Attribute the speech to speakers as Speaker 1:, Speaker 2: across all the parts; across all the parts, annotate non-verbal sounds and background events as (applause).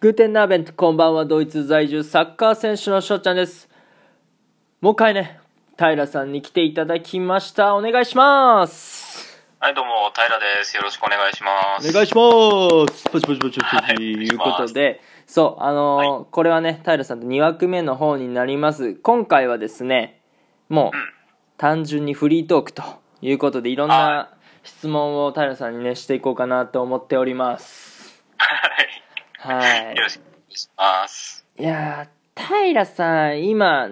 Speaker 1: グーテンナーベント、こんばんは、ドイツ在住サッカー選手の翔ちゃんです。もう一回ね、平さんに来ていただきました。お願いします。
Speaker 2: はい、どうも、平です。よろしくお願いします。
Speaker 1: お願いします。パチパチパチパチ
Speaker 2: はい
Speaker 1: ということで、そう、あのーこれはね、平さんと2枠目の方になります。今回はですね、もう、
Speaker 2: うん
Speaker 1: 単純にフリートークということで、いろんな
Speaker 2: は
Speaker 1: 質問を平さんにね、していこうかなと思っております。
Speaker 2: は
Speaker 1: はい
Speaker 2: い。。よろしくお願いします。
Speaker 1: いやー平さん今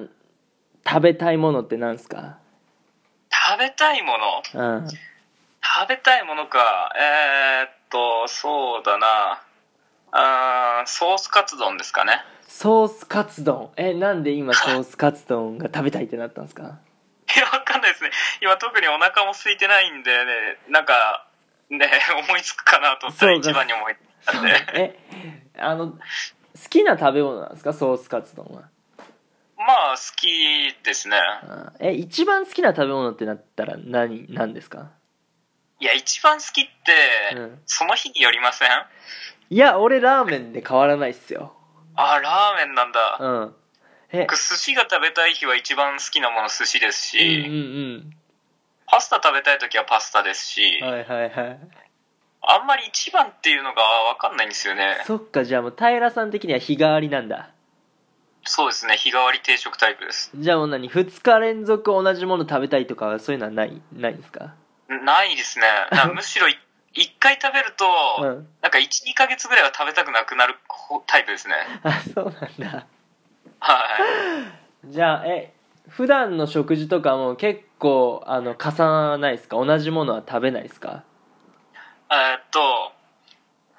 Speaker 1: 食べたいものって何すか
Speaker 2: 食べたいもの
Speaker 1: うん
Speaker 2: 食べたいものか。えー、っと、そうだな。あーソースカツ丼ですかね。 (laughs)
Speaker 1: ソースカツ丼えなんで今ソースカツ丼が食べたいってなったんですか
Speaker 2: いや、わかんないですね。今特にお腹も空いてないんで、ね、なんか、ね、 (laughs) 思いつくかなと思ったら
Speaker 1: そうか
Speaker 2: 一番に思いついたんで。
Speaker 1: えあの好きな食べ物なんですかソースカツ丼は
Speaker 2: まあ、好きですね。
Speaker 1: あーえ一番好きな食べ物ってなったら何何ですか
Speaker 2: いや、一番好きって、
Speaker 1: うん
Speaker 2: その日によりません
Speaker 1: いや俺ラーメンで変わらないっすよ
Speaker 2: あー、ラーメンなんだ。
Speaker 1: うんえ
Speaker 2: 僕寿司が食べたい日は一番好きなもの寿司です
Speaker 1: うん
Speaker 2: し、
Speaker 1: うん
Speaker 2: パスタ食べたい時はパスタですし、
Speaker 1: うんはいはいはい
Speaker 2: あんまり一番っていうのが分かんないんですよね
Speaker 1: そっかじゃあもう平さん的には日替わりなんだ
Speaker 2: そうですね日替わり定食タイプです
Speaker 1: じゃあもう何2日連続同じもの食べたいとかそういうのはないないんですか
Speaker 2: んないですね
Speaker 1: (laughs)
Speaker 2: なむしろい一回食べると、
Speaker 1: うん
Speaker 2: なんか12ヶ月ぐらいは食べたくなくなるこタイ
Speaker 1: (laughs)
Speaker 2: プですね
Speaker 1: あそうなんだ
Speaker 2: はい
Speaker 1: じゃあえ普段の食事とかも結構あの重ならないですか同じものは食べないですか
Speaker 2: えーっと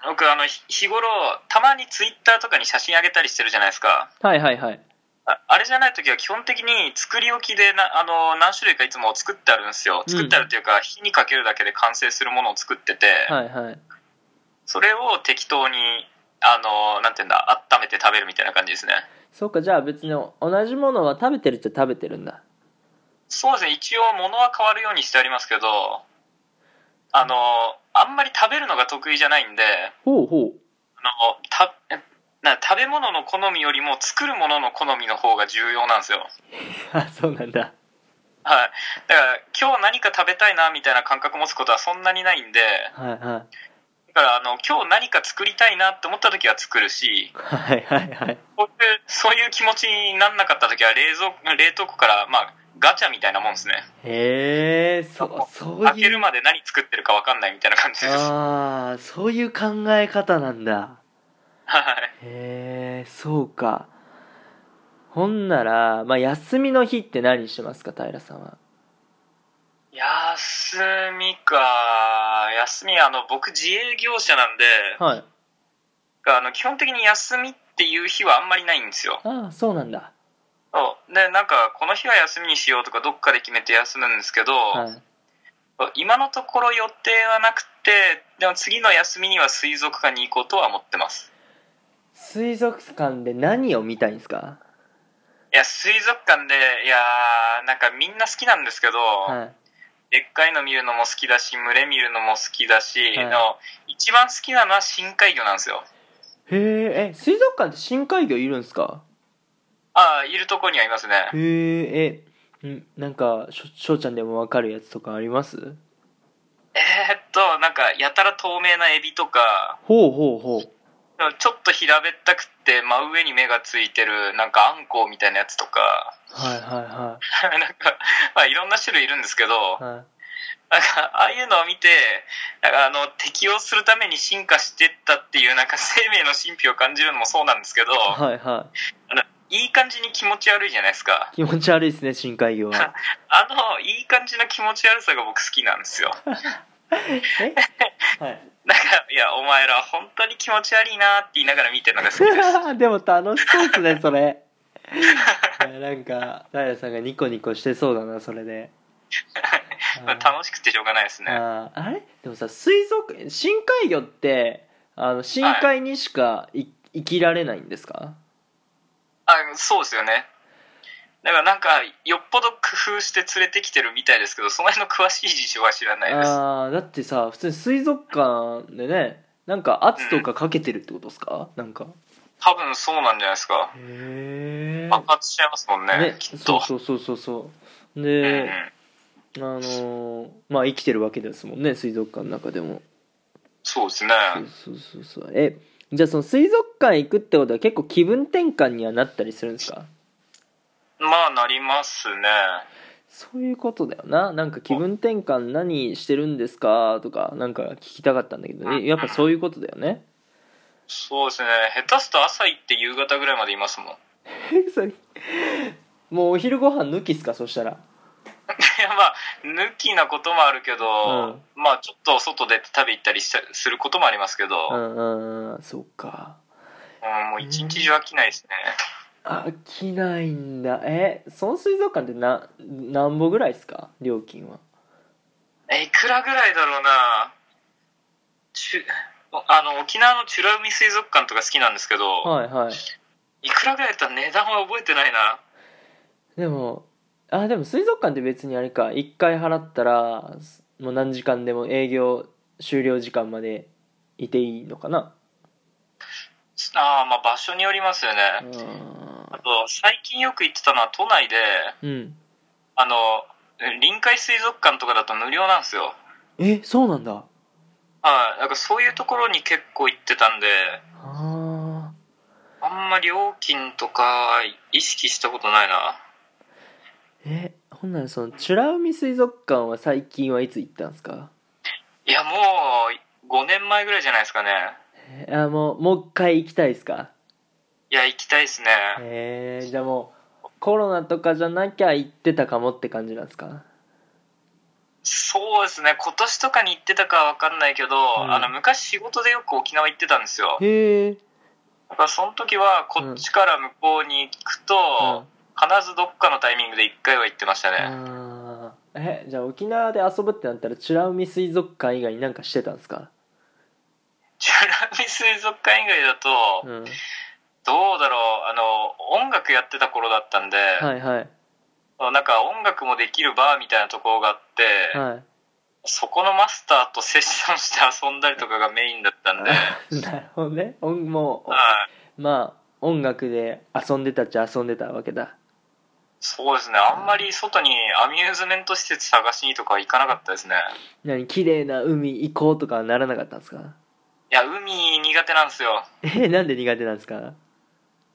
Speaker 2: 僕あのひ日頃たまにツイッターとかに写真あげたりしてるじゃないですか
Speaker 1: はいはいはい
Speaker 2: ああれじゃない時は基本的に作り置きでなあの何種類かいつも作ってあるんですよ
Speaker 1: うん
Speaker 2: 作ってあるっていうか、火にかけるだけで完成するものを作ってて、
Speaker 1: はいはい
Speaker 2: それを適当にあのなんていうんだ温めて食べるみたいな感じですね
Speaker 1: そうかじゃあ別に同じものは食べてるっちゃ食べてるんだ
Speaker 2: そうですね一応物は変わるようにしてありますけどあのあんまり食べるのが得意じゃないんで
Speaker 1: ほうほう
Speaker 2: あのたえな食べ物の好みよりも作るものの好みの方が重要なんですよ
Speaker 1: (laughs) あそうなんだ
Speaker 2: はい、だから今日何か食べたいなみたいな感覚持つことはそんなにないんで
Speaker 1: はいはい
Speaker 2: だからあの今日何か作りたいなって思った時は作るし
Speaker 1: はいはいはい
Speaker 2: そういうそういう気持ちになんなかった時は冷蔵冷凍庫から、まあ、ガチャみたいなもんですね
Speaker 1: へえそうそう
Speaker 2: 開け
Speaker 1: い
Speaker 2: る
Speaker 1: う
Speaker 2: まで何作ってるか分かんないみたいな感じですはい
Speaker 1: ああそういう考え方なんだへえそうかほんなら、まあ、休みの日って何してますか平さんは
Speaker 2: 休みか休みあの僕自営業者なんで
Speaker 1: はい
Speaker 2: あの基本的に休みっていう日はあんまりないんですよ
Speaker 1: ああそうなんだ
Speaker 2: そうでなんかこの日は休みにしようとかどっかで決めて休むんですけど、
Speaker 1: はい
Speaker 2: 今のところ予定はなくてでも次の休みには水族館に行こうとは思ってます
Speaker 1: 水族館で何を見たいんですか
Speaker 2: いや水族館でいやーなんかみんな好きなんですけど、
Speaker 1: は
Speaker 2: でっかいの見るのも好きだし群れ見るのも好きだし、
Speaker 1: はい
Speaker 2: でも一番好きなのは深海魚なんですよ
Speaker 1: いへええ水族館って深海魚いるんですか
Speaker 2: ああいるとこにはいますね
Speaker 1: へええんなんかしょ翔ちゃんでも分かるやつとかあります
Speaker 2: えーっとなんかやたら透明なエビとか
Speaker 1: ほうほうほう
Speaker 2: ちょっと平べったくって真上に目がついてるなんかアンコウみたいなやつとか (laughs)
Speaker 1: はいはいは
Speaker 2: なんか、まあ、いろんな種類いるんですけ
Speaker 1: い
Speaker 2: ど、
Speaker 1: はい
Speaker 2: なんか、ああいうのを見て、なんかあの、適応するために進化してったっていう、なんか生命の神秘を感じるのもそうなんですけ (laughs) ど、
Speaker 1: はいはい
Speaker 2: い感じに気持ち悪いじゃないですか
Speaker 1: い。気持ち悪いですね深海魚は
Speaker 2: あの、いい感じの気持ち悪さが僕好きなんですよ。
Speaker 1: えはい
Speaker 2: なんか、いや、お前ら本当に気持ち悪いなって言いながら見てるのが好きで
Speaker 1: (laughs)
Speaker 2: す。
Speaker 1: でも楽しそうっすねそ (laughs) れいやなんか平さんがニコニコしてそうだなそれで
Speaker 2: 楽しくてしょうがないですね。
Speaker 1: あーあれでもさ水族深海魚ってあの深海にしかい、生きられないんですか
Speaker 2: あそうですよね。だからなんか、よっぽど工夫して連れてきてるみたいですけど、その辺の詳しい事情は知らないです。
Speaker 1: あーだってさ普通に水族館でねなんか圧とかかけてるってことですか、なんか
Speaker 2: 多分そうなんじゃないですか。
Speaker 1: へえ
Speaker 2: 爆発しちゃいますもんね、きっ
Speaker 1: そ
Speaker 2: と
Speaker 1: う。そうそうそうそう
Speaker 2: うんう
Speaker 1: で、
Speaker 2: ん
Speaker 1: あのーまあ生きてるわけですもんね水族館の中でも
Speaker 2: そうですね。
Speaker 1: そうそうそうそうえじゃあその水族館行くってことは結構気分転換にはなったりするんですか
Speaker 2: まあ、なりますね。
Speaker 1: そういうことだよななんか気分転換何してるんですかとかなんか聞きたかったんだけどえやっぱそういうことだよね
Speaker 2: そうですね。下手すと朝行って夕方ぐらいまでいますもん。い
Speaker 1: (laughs)
Speaker 2: (laughs)
Speaker 1: それもうお昼ご飯抜きっすかそしたら
Speaker 2: や、まあ、抜きなこともあるけど、まあ、ちょっと外出て食べ行ったりしたすることもありますけど、
Speaker 1: う
Speaker 2: うん
Speaker 1: んうんうんそうか
Speaker 2: もう一日中飽きないですね。
Speaker 1: 飽きないんだえその水族館ってな何ぼぐらいですか料金は
Speaker 2: え、いくらぐらいだろうな。ちゅあの、沖縄の美ら海水族館とか好きなんですけど、
Speaker 1: はいはい
Speaker 2: いくらぐらいだったら値段は覚えてないな。
Speaker 1: でもあでも水族館って別にあれか1回払ったらもう何時間でも営業終了時間までいていいのかな
Speaker 2: ああ、まあ場所によりますよね。あ
Speaker 1: あ
Speaker 2: と、最近よく行ってたのは都内で、
Speaker 1: ーうん
Speaker 2: あの、臨海水族館とかだと無料なんですよ。
Speaker 1: えそうなんだ
Speaker 2: はい。なんかそういうところに結構行ってたんで、
Speaker 1: あ
Speaker 2: あんま料金とか意識したことないな。
Speaker 1: ーえほんならその美ら海水族館は最近はいつ行ったんですか
Speaker 2: いや、もう、5年前ぐらいじゃないですかね。
Speaker 1: えあもうもう一回行きたいですか
Speaker 2: いや、行きたいですね。
Speaker 1: えー、じゃあもうコロナとかじゃなきゃ行ってたかもって感じなんですか
Speaker 2: そうですね。今年とかに行ってたかはわかんないけど、
Speaker 1: ん
Speaker 2: あの、昔仕事でよく沖縄行ってたんですよ。
Speaker 1: へえ
Speaker 2: だからその時は、こっちから向こうに行くと、必ずどっかのタイミングで1回は行ってましたね。
Speaker 1: あーえじゃあ沖縄で遊ぶってなったら美ら海水族館以外になんかしてたんですか
Speaker 2: チュラミ水族館以外だと、
Speaker 1: うん
Speaker 2: どうだろう、あの、音楽やってた頃だったんで、
Speaker 1: はいはい
Speaker 2: なんか音楽もできるバーみたいなところがあって、
Speaker 1: はい
Speaker 2: そこのマスターとセッションして遊んだりとかがメインだったんで、は
Speaker 1: (laughs)
Speaker 2: い。
Speaker 1: なるほどね音もうまあ音楽で遊んでたっちゃ遊んでたわけだ
Speaker 2: そうですね、あんまり外にアミューズメント施設探しにとかは行かなかったですね。
Speaker 1: 何綺麗な海行こうとかはならなかったんですか (laughs)
Speaker 2: いや、海苦手なんですよ。
Speaker 1: えなんで苦手なんですか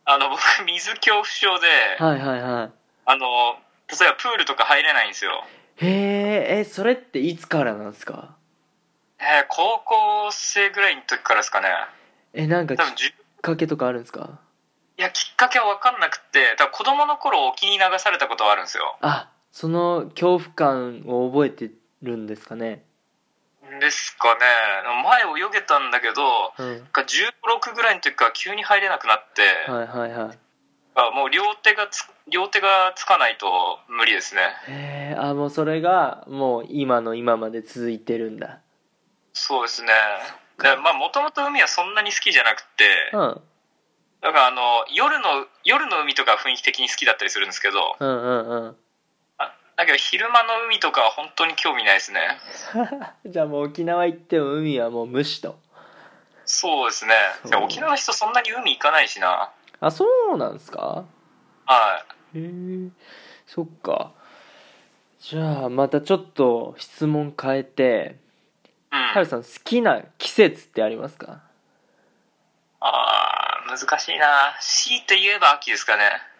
Speaker 2: あの、 (laughs) 僕、水恐怖症で、
Speaker 1: はいはいは
Speaker 2: あの、例えばプールとか入れないんですよ。
Speaker 1: いへええそれっていつからなんですか
Speaker 2: えー高校生ぐらいの時からですかね。
Speaker 1: えなんかき
Speaker 2: 多
Speaker 1: っ
Speaker 2: 分10
Speaker 1: かけとかあるんですか
Speaker 2: いや、きっかけは分かんなくって、多分子供の頃沖に流されたことはあるんですよ。
Speaker 1: あその恐怖感を覚えてるんですかね
Speaker 2: ですかね。前泳げたんだけど、
Speaker 1: うん
Speaker 2: なんか16ぐらいの時から急に入れなくなって、
Speaker 1: はいはいはい
Speaker 2: あもう両手がつ、両手がつかないと無理ですね。
Speaker 1: へえあもうそれがもう今の今まで続いてるんだ
Speaker 2: そうですね。でまあ、もともと海はそんなに好きじゃなくて、
Speaker 1: うん
Speaker 2: だからあの、夜の、夜の海とかは雰囲気的に好きだったりするんですけど、
Speaker 1: うんうんうん (laughs)
Speaker 2: だけど昼間の海とかは本当に興味ないですね。
Speaker 1: じゃあもう沖縄行っても海はもう無視と
Speaker 2: そうですね。
Speaker 1: そう
Speaker 2: で沖縄の人そんなに海行かないしな。
Speaker 1: あそうなんですか
Speaker 2: はい。
Speaker 1: へえそっかじゃあまたちょっと質問変えて
Speaker 2: うん
Speaker 1: ハルさん好きな季節ってありますか
Speaker 2: ああ、難しいな。強いて言えば秋ですかね。 (laughs)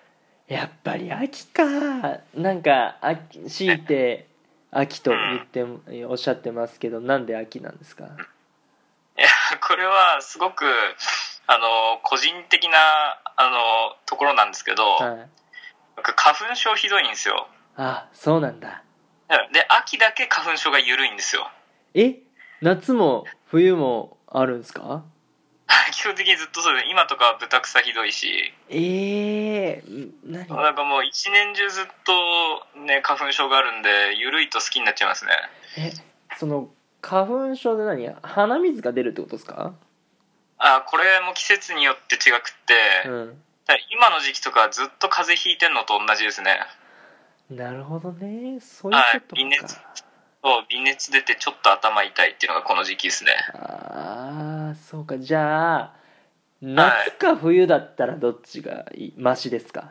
Speaker 1: やっぱり秋かなんか秋強いて秋と言ってもおっしゃってますけどなんで秋なんですか
Speaker 2: いや、これはすごく、あの、個人的な、あの、ところなんですけど、
Speaker 1: はい
Speaker 2: なんか花粉症ひどいんですよ。
Speaker 1: あそうなんだ
Speaker 2: で、秋だけ花粉症が緩いんですよ。 (laughs)
Speaker 1: え夏も冬もあるんですか
Speaker 2: 基本的にずっとそうで、今とかは豚草ひどいし、
Speaker 1: ええ何
Speaker 2: なんかもう一年中ずっとね、花粉症があるんで、緩いと好きになっちゃいますね。
Speaker 1: えその花粉症で何鼻水が出るってことですか
Speaker 2: あーこれも季節によって違くって、
Speaker 1: うん
Speaker 2: だから今の時期とかはずっと風邪ひいてんのと同じですね。
Speaker 1: なるほどねそうい
Speaker 2: は
Speaker 1: う
Speaker 2: い
Speaker 1: こ、と
Speaker 2: 微熱
Speaker 1: か
Speaker 2: そう微熱出てちょっと頭痛いっていうのがこの時期ですね
Speaker 1: あああそうかじゃあ夏か冬だったらどっちがいいマシですか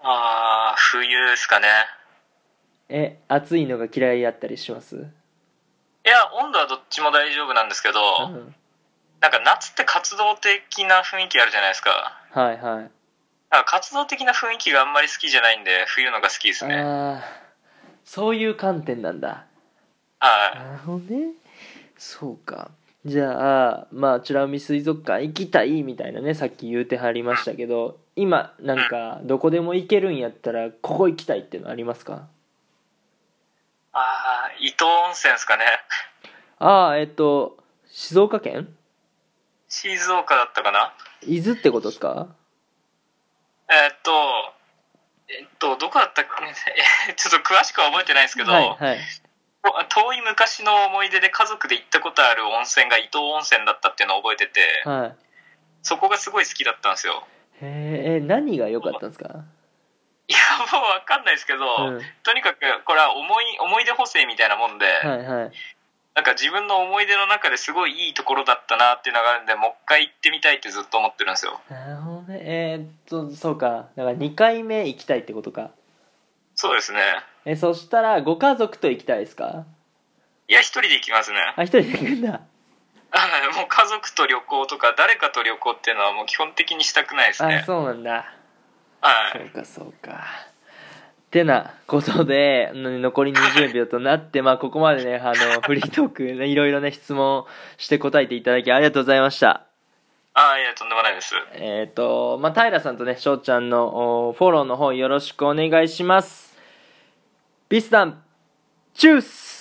Speaker 2: ああ、冬ですかね。
Speaker 1: え暑いのが嫌いやったりします
Speaker 2: いや、温度はどっちも大丈夫なんですけど、
Speaker 1: うん
Speaker 2: なんか夏って活動的な雰囲気あるじゃないですか。
Speaker 1: はいはい
Speaker 2: なんか活動的な雰囲気があんまり好きじゃないんで、冬のが好きですね。
Speaker 1: ああそういう観点なんだ
Speaker 2: はい。
Speaker 1: なるほどねそうかじゃあまあ美ら海水族館行きたいみたいなねさっき言うてはりましたけど今なんかどこでも行けるんやったらここ行きたいっていうのありますか
Speaker 2: ああ、伊東温泉ですかね。
Speaker 1: ああえっと静岡県
Speaker 2: 静岡だったかな
Speaker 1: 伊豆ってことですか
Speaker 2: えーっと、えーっと、どこだったっけえーちょっと詳しくは覚えてないんですけど、
Speaker 1: はいはい
Speaker 2: 遠い昔の思い出で家族で行ったことある温泉が伊東温泉だったっていうのを覚えてて、
Speaker 1: はい
Speaker 2: そこがすごい好きだったんですよ。 (laughs)
Speaker 1: へえ何が良かったんですか
Speaker 2: いや、もうわかんないですけど、
Speaker 1: うん
Speaker 2: とにかくこれは思い、思い出補正みたいなもんで、
Speaker 1: はいはい
Speaker 2: なんか自分の思い出の中ですごいいいところだったなっていうのがあるんで、もう一回行ってみたいってずっと思ってるんですよ。
Speaker 1: なるほどねえーっとそうかだから2回目行きたいってことか
Speaker 2: そうですね。
Speaker 1: えそしたらご家族と行きたいですか
Speaker 2: いや、一人で行きますね。 (laughs)
Speaker 1: あ一人で行くんだ
Speaker 2: はいもう家族と旅行とか誰かと旅行っていうのはもう基本的にしたくないです
Speaker 1: あ
Speaker 2: ね。
Speaker 1: そうなんだ
Speaker 2: は
Speaker 1: そ
Speaker 2: い。
Speaker 1: うかそうかてなことでうん残り20秒となってまあここまでねあのフリートークねいろいろね質問して答えていただきありがとうございました
Speaker 2: ああ、いや、とんでもないです。
Speaker 1: えっ、とまあ平さんとね翔ちゃんのおフォローの方よろしくお願いしますビスタンチュース